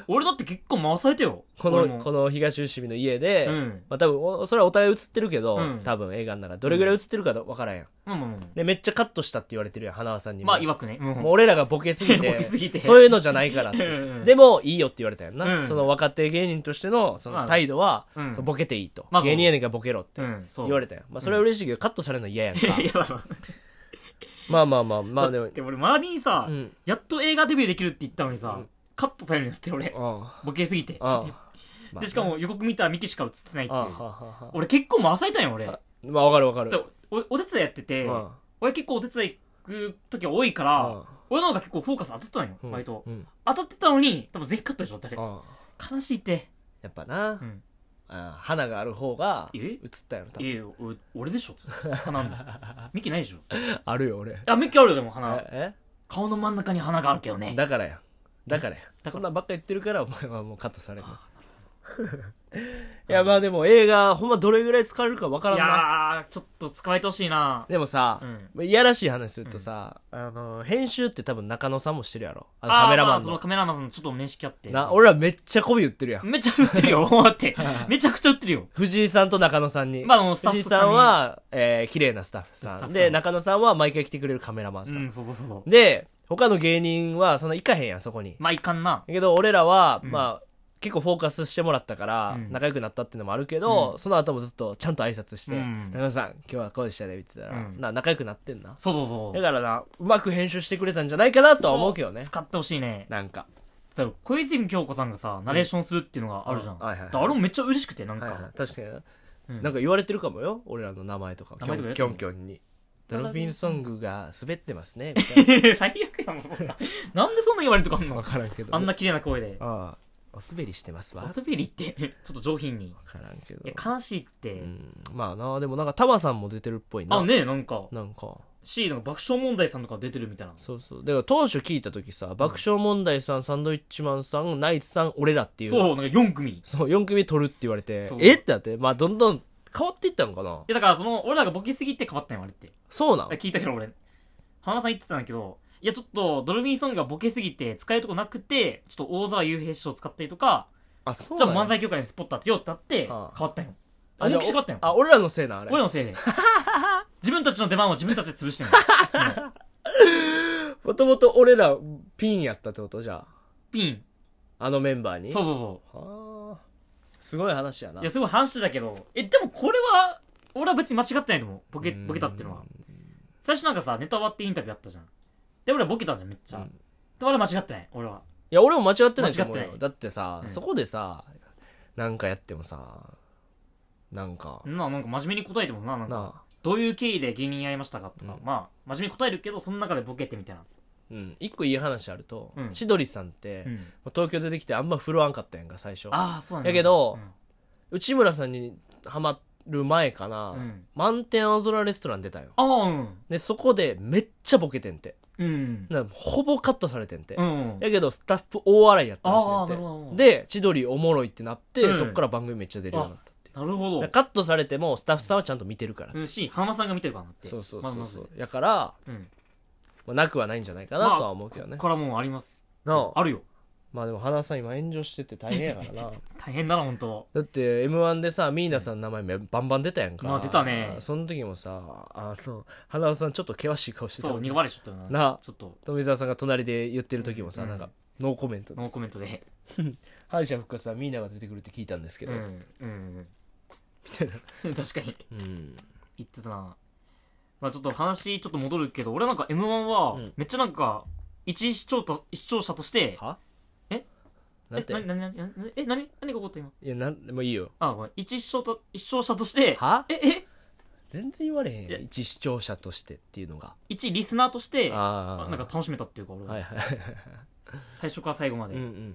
S2: 俺だって結構回されてよ。
S1: こ
S2: 俺
S1: の
S2: も
S1: この東吉見の家で、
S2: うん。
S1: まあ、多分おそれはお互い映ってるけど、
S2: うん
S1: 多分映画の中どれぐらい映ってるか分からんやん
S2: まあまあまあ。
S1: でめっちゃカットしたって言われてるやん花輪さんにも
S2: まあ、いわくね。うん。
S1: もう俺らがボケすぎて
S2: ボケすぎて
S1: そういうのじゃないからって
S2: うんうん
S1: でもいいよって言われたやんな、
S2: うん
S1: その若手芸人としてのそ
S2: ま
S1: の
S2: あ
S1: 態度は、
S2: うん
S1: そのボケていいと、
S2: まあそう
S1: 芸人やねんからボケろって
S2: うん、そう。
S1: 言われたやん、まあ、それは嬉しいけど、カットされるの嫌 やんか
S2: いやだから
S1: まあまあまあまあで も
S2: だって俺周りにさ、
S1: うん
S2: やっと映画デビューできるって言ったのにさ、
S1: うん
S2: カットされるんだって俺
S1: あ
S2: ボケすぎて
S1: あああ、まあ
S2: でしかも予告見たらミキしか映ってないってい
S1: ああ
S2: う
S1: ははは
S2: 俺結構回されたんよ俺だ
S1: まあわかるわかる
S2: おお手伝いやってて、
S1: うん
S2: 俺結構お手伝い行く時が多いから、
S1: うん
S2: 俺の方が結構フォーカス当たってたんよ、
S1: うん
S2: 割と
S1: うん
S2: 当たってたのに多分全員カットでしょ誰
S1: ああ
S2: 悲しいって
S1: やっぱな、
S2: うん
S1: ああ花がある方が
S2: え
S1: 映ったよ多分
S2: いやいや俺俺でしょ花のミキないでしょい
S1: あるよ俺
S2: やミキあるよでも花
S1: え
S2: 顔の真ん中に花があるけど
S1: え
S2: ね
S1: だからやだからやそんなんばっか言ってるからお前はもうカットされる いやまあでも映画ほんまどれぐらい使われるかわから
S2: い
S1: んな
S2: やーちょっと使われてほしいな
S1: でもさ、いやらしい話するとさ、あの編集って多分中野さんもしてるやろあの
S2: あー
S1: カメラマ
S2: まあ
S1: ン
S2: そ
S1: の
S2: のカメラマンのちょっと面識あって。
S1: な俺らめっちゃ媚び売ってるやん
S2: めっちゃ売って るよ。待って。めちゃくちゃ売ってるよ。
S1: 藤井さんと中野さんに、
S2: まああのスタッフ
S1: 藤井さんは、えー、綺麗なスタッフ
S2: スタ
S1: さ
S2: ッフ
S1: ん
S2: さん
S1: で中野さんは毎回来てくれるカメラマン
S2: う
S1: さん、
S2: ん、そうそうそう。
S1: で他の芸人はその行かへんやんそこに
S2: まあ、いかんな。
S1: だけど俺らは、
S2: うん
S1: まあ結構フォーカスしてもらったから
S2: うん
S1: 仲良くなったっていうのもあるけど、
S2: うん
S1: その後もずっとちゃんと挨拶して「
S2: うん
S1: 中野さん今日はこうでしたね」って言ってたら、
S2: うん
S1: な仲良くなってんな
S2: そうそうそう。
S1: だからなうまく編集してくれたんじゃないかなとは思うけどね
S2: 使ってほしいね。
S1: なんか
S2: だから小泉京子さんがさ、ナレーションするっていうのがあるじゃん。
S1: うんはいはいはい
S2: だからあれもめっちゃ嬉しくて、なんか。
S1: はいはい確かにな,、
S2: うん
S1: んか言われてるかもよ俺らの名前とか
S2: 名前とかやつ
S1: キョンキョンに「ドルフィンソングが滑ってますね」みたいな
S2: 最悪やもん、そんな。なんでそんな 言われるとかあん
S1: わ
S2: の
S1: からんけど。
S2: あんな綺麗な声で。
S1: ああ。お滑りしてますわ。
S2: お
S1: わ
S2: すべりって、 ちょっと上品に。い
S1: からんけど。
S2: や、悲しいっ
S1: う
S2: て。
S1: ん。まあな、でもなんか、タマさんも出てるっぽいな。
S2: あ、ねえ、なんか。
S1: なんか、
S2: C なんか爆笑問題さんとか出てるみたいな。
S1: そうそう。だから当初聞いた時さ、爆笑問題さん、サンドイッチマンさん、ナイツさん、俺らっていう。
S2: そう、なんか4組。
S1: そう、4組取るって言われて
S2: そう、
S1: えってなって、まあどんどん変わっていったのかない
S2: やだからその、俺らがボケすぎて変わったんよ、あれって。
S1: そうなん
S2: あ聞いたけど俺。花さん言ってたんだけど、いやちょっと、ドルフィンソングがボケすぎて使えるとこなくて、ちょっと大沢雄平師匠使ったりとか、
S1: あ、そう
S2: じゃ
S1: なん
S2: あ
S1: や
S2: 漫才協会にスポット当てようってなって、変
S1: あ
S2: わ
S1: あ
S2: ったんよ。
S1: あ
S2: 思
S1: じ
S2: い
S1: ゃ
S2: っきり変わったんよ。
S1: あ、俺らのせいな、あれ。
S2: 俺のせい で。自分たちの出番を自分たちで潰してんの。
S1: もともと俺ら、ピンやったってことじゃ
S2: ピン。
S1: あ。あのメンバーに。
S2: そうそうそ
S1: はあ。すごい話やな。
S2: う。いや、すごい話だけど、え、でもこれは、俺は別に間違ってないと思う。ボケ、
S1: うん
S2: ボケたっていうのは。最初なんかさ、ネタ終わってインタビューあったじゃん。で、俺はボケたじゃん、めっちゃ。
S1: う
S2: で
S1: ん
S2: 俺は間違ってない、俺は。
S1: いや、俺も間違ってないと思う
S2: 間
S1: よ
S2: 違ってな。い
S1: だってさ、
S2: うん
S1: そこでさ、なんかやってもさ、なんか、
S2: な、なんか真面目に答えてもな、なんか。
S1: なあ、
S2: どういう経緯で芸人やりましたかとか、
S1: うん
S2: まあ真面目に答えるけどその中でボケてみたいな、
S1: うん、一個いい話あると、
S2: うん
S1: 千鳥さんって、東京出てきてあんま振るわんかったやんか、最初。
S2: ああそうなんだ
S1: やけど
S2: うん
S1: 内村さんにハマる前かな、
S2: うん
S1: 満点青空レストラン出たよ。
S2: ああうん
S1: で、そこでめっちゃボケてんて。
S2: うん
S1: なほぼカットされてんて。
S2: うん
S1: やけど、スタッフ大笑いやったらしいねん
S2: あーなるほ
S1: て。
S2: ど
S1: で、千鳥おもろいってなって、
S2: うん
S1: そっから番組めっちゃ出るようになったっていう
S2: なるほ
S1: だ
S2: ど
S1: からカットされても、スタッフさんはちゃんと見てるから。
S2: うんし浜田さんが見てるからなって
S1: そうそうそう
S2: ま
S1: そ
S2: ず
S1: う
S2: ま。
S1: やから、
S2: ずうん
S1: まあ、なくはないんじゃないかなとは思うけど
S2: こ
S1: ね
S2: っ。からもうあります
S1: なあ
S2: あるよ
S1: まあでも、花さん今炎上してて大変やから な。
S2: 大変だな本当
S1: だって、M1 でさ、ミーナさんの名前めバンバン出たやんか。
S2: まあ出たね
S1: その時もさ、あの、花さんちょっと険しい顔してた
S2: そ
S1: も
S2: うん
S1: ね
S2: 苦笑いしとったよ
S1: なあ
S2: なちょっと
S1: 富澤さんが隣で言ってる時もさ、
S2: うん
S1: なんか、ノーコメントで
S2: ノーコメントで
S1: 敗者復活はミーナが出てくるって聞いたんですけ
S2: う
S1: ど、
S2: ん
S1: つって
S2: うん
S1: みたいな。
S2: 確かに
S1: うん。
S2: 言ってたなまあちょっと話ちょっと戻るけど俺なんか m 1
S1: う
S2: は
S1: ん
S2: めっちゃなんか一視聴者視聴者として
S1: は
S2: え
S1: なん
S2: え、
S1: て
S2: なになになにえ、なに何が起こった今。
S1: いやなんでもいいよ
S2: あ、ごめん。一視聴者と、一視聴者として、
S1: は
S2: え、え、
S1: 全然言われへんや
S2: いや
S1: ん一視聴者としてっていうのが
S2: 一リスナーとして、
S1: あ
S2: あ
S1: あ
S2: なんか楽しめたっていうか、俺は
S1: はいはいはいはい
S2: 最初から最後ま
S1: う
S2: で。
S1: んうんう
S2: なん
S1: ん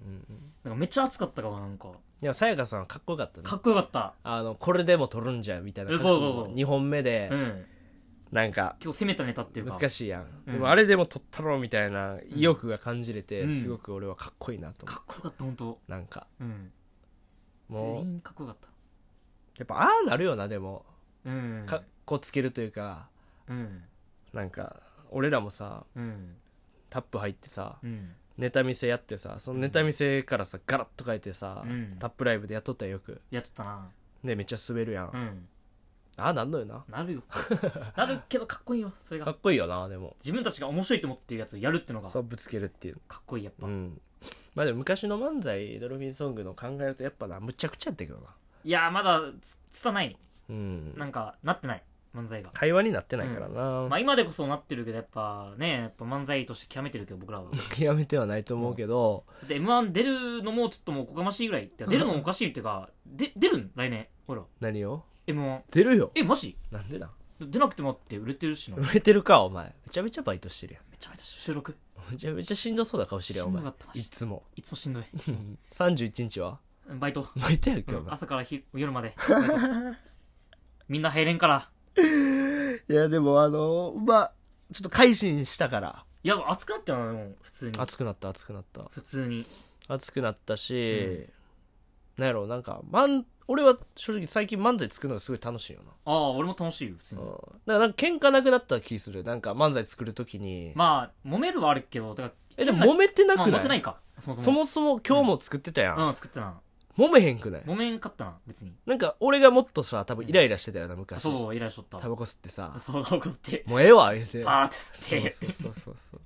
S1: うん
S2: かめっちゃ熱かったから、なんか。
S1: いやさやかさんかっこよかったね
S2: かっこよかった。
S1: あのこれでも撮るんじゃみたいな
S2: えそうそうそう
S1: 2本目で
S2: うん。
S1: なんか
S2: 今日攻めたネタっていうか。
S1: 難
S2: し
S1: しいやん
S2: うん
S1: でもあれでも撮ったろみたいな意欲が感じれて
S2: うん
S1: すごく俺はかっこいいなと思
S2: かっこよかった、本当
S1: うなんか
S2: うん。
S1: も
S2: 全
S1: う
S2: 員かっこよかっ
S1: やっぱああなるよなでも
S2: た。うん。
S1: かっこつけるというか
S2: うん。
S1: なんか俺らもさ
S2: うん。
S1: タップ入ってさ
S2: うん。
S1: ネタ見せやってさそのネタ見せからさガラッと変えてさ
S2: うん
S1: タップライブでやっとったらよく
S2: やっとったな。
S1: でめっちゃ滑るやん
S2: うん。
S1: ああなんのよな
S2: なるよ。 なるけどかっこいいよ、それ
S1: か
S2: が。
S1: っこいいよなでも
S2: 自分たちが面白いと思ってるやつをやるってのが、
S1: そうぶつけるっていう
S2: かっこいい、やっぱ
S1: う。んまあでも昔の漫才ドルフィンソングの考えるとやっぱなむちゃくちゃやったけどない
S2: やー、まだ、つ、たない。
S1: うん
S2: なんか、なってない。漫才が。
S1: 会話になってないからな、
S2: まあ今でこそなってるけど、やっぱね、やっぱ漫才として極めてるけど、僕らは。だ
S1: やめてはないと思うけど、
S2: って M1 出るのもちょっともうおこがましいぐらいってか。出るのもおかしいっていうか、で、出るん来年。ほら。
S1: 何を
S2: M1。
S1: 出るよ
S2: え、マジ
S1: なんでだ
S2: 出なくてもあって売れてるしな。め
S1: 売れてるかお前めちゃめちゃバイトしてるや
S2: ちゃめちゃ収録。
S1: んめちゃめちゃしんどそうな顔してるやんお前
S2: しんどかったマジ
S1: いつも
S2: いつもしんどい。
S1: 31日は
S2: バイト。
S1: バイトやんけお
S2: うん
S1: 前、
S2: 朝からひ夜まで。バイトみんな入れんから。
S1: いやでもあのまあちょっと改心したから
S2: いや、暑くなったよな、もう、普通に。
S1: 熱くなった熱くなった
S2: 普通に。
S1: 熱くなったし、なんやろうなんか漫俺は正直最近漫才作るのがすごい楽しいよな
S2: ああ、俺も楽しいよ、普通
S1: うん
S2: に。
S1: だからなんか喧嘩なくなった気するなんか漫才作るときに、
S2: まあ、揉めるはあるけど、だか
S1: え
S2: ら、
S1: でも
S2: 変
S1: 揉めてな
S2: まあ
S1: くない,、
S2: 揉めてないか。そもそ
S1: そ
S2: も。
S1: もそも今日も作ってたやん、
S2: うん、作ったな。
S1: 揉めへんくない
S2: 揉めんかったな、別に。
S1: なんか俺がもっとさ多分イライラしてたよな昔
S2: そうそう、依頼しとった。
S1: タバコ吸ってさ
S2: そう、タバコ吸って、
S1: もうええわ言うて
S2: パーって吸って。
S1: そうそうそうそう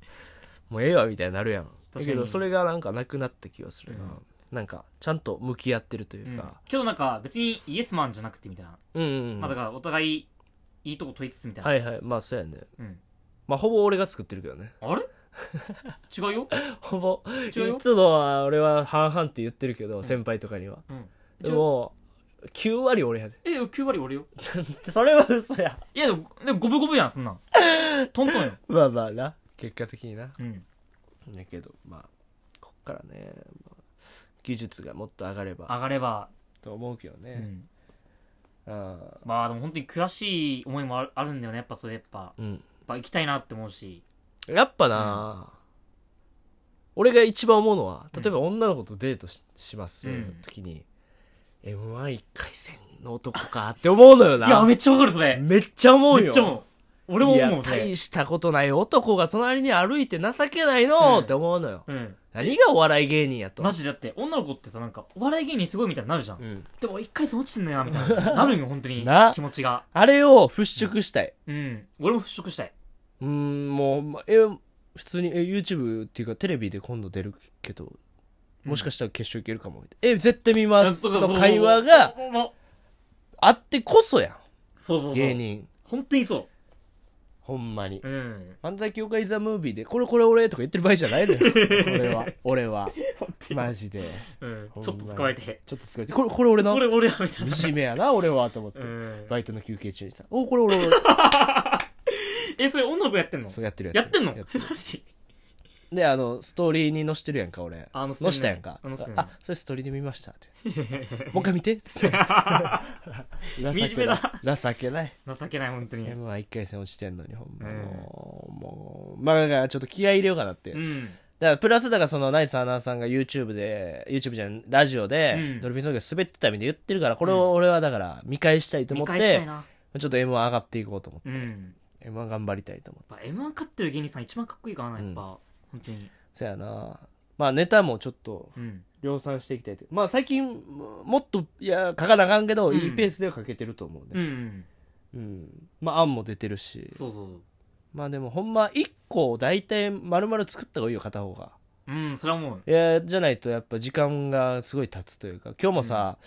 S1: もうええわみたいになるやん
S2: か
S1: だ
S2: に
S1: けどそれがなんかなくなった気がするな、
S2: う
S1: なんかちゃんと向き合ってるというか、
S2: けどなんか、別にイエスマンじゃなくてみたいな。
S1: うん、うんうん
S2: まあだから、お互い、いいとこ問いつつみたいな。
S1: はいはいまあそうやね
S2: うん。
S1: まあほぼ俺が作ってるけどね
S2: あれ 違うよ
S1: ほぼい
S2: 違うよ
S1: つもは俺は半々って言ってるけど、先輩とかには
S2: うん。
S1: でも9割俺やで
S2: え、9割俺よ。
S1: それは嘘や
S2: いや、でも、でも五分五分やん、そんなん。トントンよ。
S1: まあまあな結果的にな
S2: うん。
S1: だけどまあこっからね、まあ技術がもっと上がれば
S2: 上がれば、
S1: と思うけど
S2: う
S1: ね、
S2: ん。
S1: あ
S2: まあでも本当に悔しい思いもあるあるんだよね。やっぱそれ、やっぱ。やっ
S1: ーうん
S2: ぱ行きたいなって思うし。
S1: やっぱな、俺が一番思うのは例えば女の子とデートし,、ます
S2: うん
S1: 時に m 1 1回戦の男かって思うのよ
S2: いや、
S1: な
S2: めっちゃわかる、それ。
S1: めっちゃ思うよ
S2: めっちゃ思う。俺も
S1: い
S2: 思
S1: や
S2: う、それ
S1: 大。したことない男が隣に歩いて情けないの
S2: う
S1: っ
S2: ん
S1: て思うのよ、
S2: うん。
S1: 何がお笑い芸人やと
S2: マジでだって、女の子ってさ、なんか、お笑い芸人すごいみたいになるじゃん
S1: う。ん、
S2: でも一回戦落ちてんだよな、みたい な。なるんよ、本当に
S1: な。
S2: 気持ちが。
S1: あれを払拭したい
S2: うん。俺も払拭したい。
S1: うーんもうまえ普通にえ YouTube っていうかテレビで今度出るけどもしかしたら決勝いけるかも、え絶対見ます
S2: そうそうそ
S1: の
S2: う
S1: 会話が
S2: そうそう
S1: あってこそや
S2: そうそうんそ
S1: 芸
S2: う。
S1: 人
S2: 本当にそ
S1: ほんまに
S2: う。うん。
S1: 漫才協会ザ・ムービーでこれこれ俺とか言ってる場合じゃ ないのよ俺は俺は
S2: 本当に
S1: マジで
S2: うん。
S1: ほんまに
S2: ちょっと使われて。
S1: ちょっとすごいこれこれ俺の
S2: これ俺や、みたいな。
S1: 惨めやな俺はと思って、
S2: うん。
S1: バイトの休憩中にさ「おこれ俺俺
S2: え、それ女の子やってんの
S1: そうやってる
S2: やってん
S1: や
S2: のマ
S1: ってる
S2: ジ
S1: であのストーリーに載してるやんか俺
S2: あ載せてんね
S1: 載したやんか
S2: 載せてんね
S1: あそれストーリーで見ましたってもう一回見 てっつって
S2: 惨めだ
S1: 情けない
S2: 情けない、本当に。
S1: m 1 1回戦落ちてんのにほんま
S2: うん
S1: もうもうまあだからちょっと気合い入れようかなって、
S2: う
S1: だか
S2: ん。
S1: らプラスだからそのナイツアナさんが YouTube で YouTube じゃんラジオで、
S2: うん
S1: ドルフィンソングが滑ってたみたいに言ってるからこれを俺はだから見返したいと思
S2: 見
S1: って、
S2: 返したいな。
S1: ちょっと m 1上がっていこうと思って、
S2: うん。
S1: m 1頑張りたいと思って
S2: やっぱ M1 勝ってる芸人さん一番かっこいいからな、やっぱ。本当に。
S1: そやなまあネタもちょっと
S2: うん。
S1: 量産していきたいとまあ最近ももっといや書かなあかんけど、
S2: うん
S1: いいペースでは書けてると思う
S2: う
S1: ね
S2: ん。
S1: うん、まあ案も出てるし
S2: そうそうそう。
S1: まあでもほんま1個を大体丸々作った方がいいよ片方が
S2: うん、それはもう。
S1: いやじゃないとやっぱ時間がすごい経つというか今日もさ、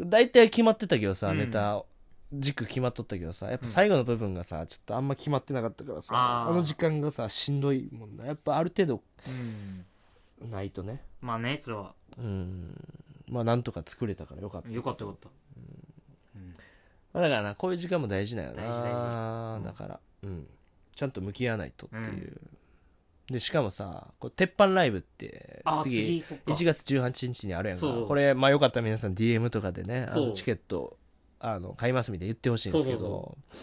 S1: 大体決まってたけどさ、
S2: うん
S1: ネタ軸決まっとったけどさやっぱ最後の部分がさちょっとあんま決まってなかったからさ
S2: あ
S1: あ
S2: ー
S1: の時間がさしんどいもんなやっぱある程度
S2: うん。
S1: ないとね
S2: まあね、それは。
S1: うんまあなんとか作れたからよかった、
S2: よかったよかった、うん
S1: まあだからなこういう時間も大事だよな
S2: 大事大事
S1: だから、うん、ちゃんと向き合わないとっていう、でしかもさこう鉄板ライブって
S2: あ次次そっか
S1: 1月18日にあるやんか
S2: そうそう
S1: これ、まあ、よかったら皆さん DM とかでねあ
S2: そ
S1: の
S2: う
S1: チケットあの買いますみたいに言ってほしいんですけど
S2: そう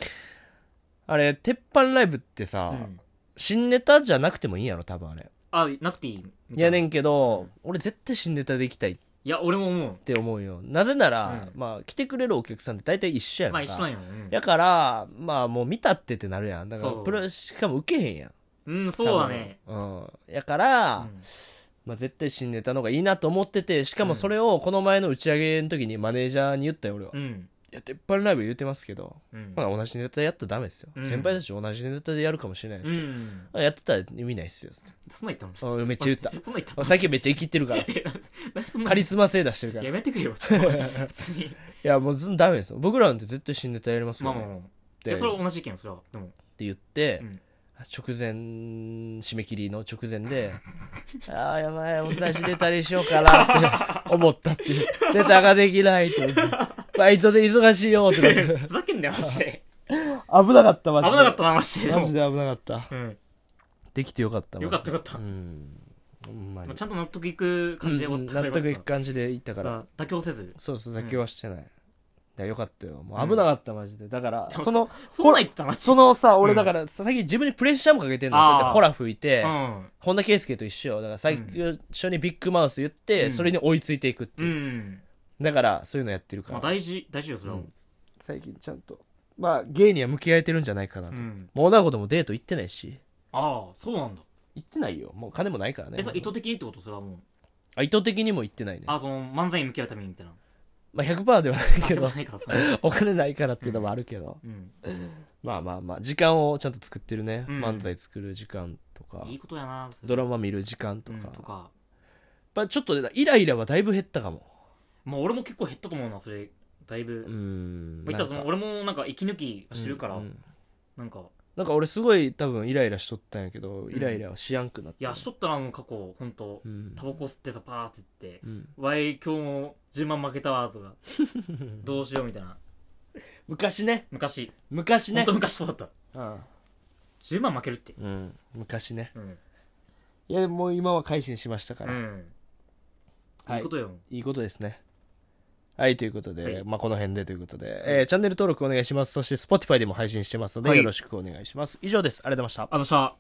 S1: あれ鉄板ライブってさ、
S2: うん
S1: 新ネタじゃなくてもいいやろ多分あれ
S2: あなくていいみ
S1: い
S2: た
S1: や
S2: いな
S1: ねんけど、
S2: うん
S1: 俺絶対新ネタでいきたいっ
S2: いや俺も思
S1: て思うよなぜなら、
S2: う
S1: まあ、来てくれるお客さんって大体一緒や
S2: う
S1: か
S2: んまあ一緒なんよ、うん
S1: やから、まあもう見たってってなるやん。だか
S2: そう
S1: ら、
S2: そう
S1: プロしかも受けへんやん。
S2: うんそうだね
S1: 多分。うん。やから、
S2: うん
S1: まあ絶対新ネタの方がいいなと思ってて、しかもそれをこの前の打ち上げの時にマネージャーに言ったよ、俺は。
S2: う
S1: い
S2: ん
S1: や、鉄板ライブ言うてますけど、
S2: うん
S1: まあ同じネタやったらダメですよ。
S2: うん
S1: 先輩たち同じネタでやるかもしれないで
S2: う
S1: すよ。
S2: ん
S1: やってたら意味ないっすよ。
S2: そんなん言った
S1: うんめっちゃ言 った。
S2: のそんなん言った
S1: あ最近めっちゃ生きってる から。
S2: のそんな
S1: カリスマ性出してるから。
S2: や
S1: い
S2: めてくれよちょっと 普通に
S1: や、もうずんダメですよ。僕らなんて絶対新ネタやります
S2: ま
S1: よ
S2: あ
S1: ね。
S2: まあまあ
S1: っ
S2: い
S1: て
S2: やそれは同じ意見よそれはで も
S1: って言って、
S2: うん
S1: 直前締め切りの直前 でああやばい同じ出たりしようかなって思ったっていう出たができないって思ってバイトで忙しいよってなって
S2: ふざけんなよマジで
S1: 危なかったマ
S2: 危
S1: ジ
S2: な
S1: で
S2: かったなマジでで
S1: マ
S2: も
S1: ジで危なかった
S2: うん
S1: できてよかった
S2: よかった
S1: マ
S2: よかった
S1: ジでうんほんまに
S2: まあちゃんと納得いく感じで
S1: う
S2: 終
S1: ん
S2: わったから
S1: 納
S2: よかっ
S1: 得
S2: た
S1: いく感じでいったから
S2: さあ妥協せず
S1: そうそう妥協はしてない、いやよかったよもう危なかったマジでだから
S2: も
S1: その
S2: そんなん言ってたマジで
S1: そのさ俺だからさ最近自分にプレッシャーもかけてるの
S2: あー
S1: そうやってホラ吹いて、
S2: うん
S1: 本田圭佑と一緒よだから最初にビッグマウス言って、
S2: うん
S1: それに追いついていくって
S2: う
S1: いう、
S2: ん
S1: だからそういうのやってるか
S2: ま
S1: ら、
S2: あ大事大事よそれは
S1: うん最近ちゃんとまあ芸には向き合えてるんじゃないかなと、
S2: うん
S1: もう女の子ともデート行ってないし
S2: ああそうなんだ
S1: 行ってないよもう金もないからね
S2: えさ意図的にってことそれはもう
S1: あ意図的にも行ってないね
S2: あその漫才に向き合うためにみたいな
S1: まあ、100%ではない
S2: あ
S1: け
S2: で
S1: ど
S2: も ないからさ
S1: お金ないからっていうのもあるけど、
S2: うん
S1: まあまあまあ時間をちゃんと作ってるね、
S2: うん
S1: 漫才作る時間とか
S2: いいことやなそれ
S1: ドラマ見る時間と
S2: う
S1: か,、
S2: ん
S1: やっ
S2: とか
S1: ぱちょっとイライラはだいぶ減ったかも
S2: まあ俺も結構減ったと思うなそれだいぶ
S1: うん
S2: まあ言ったらその俺もなんか息抜きしてるから
S1: うんうん
S2: なんか
S1: なんか俺すごい多分イライラしとったんやけど、イライラはしやんくなった。
S2: いやしとったらもう過去本当
S1: うん
S2: タ。バコ吸ってさパーって言って
S1: うん
S2: わい今日も10万負けたわ とかどうしようみたいな
S1: 昔ね。
S2: 昔
S1: 昔
S2: 本
S1: ね
S2: 当。昔そうだった
S1: うん
S2: 10万負けるって
S1: うん。昔ね。
S2: うん
S1: いや、もう今は改心しましたか
S2: う
S1: ら。
S2: ん
S1: はい
S2: いいことよ
S1: いいことですね。はい、ということで、
S2: はい
S1: まあこの辺でということで、えーチャンネル登録お願いします。そして Spotify でも配信してますので、
S2: はい
S1: よろしくお願いします。以上です。ありがとうございました。
S2: あのさ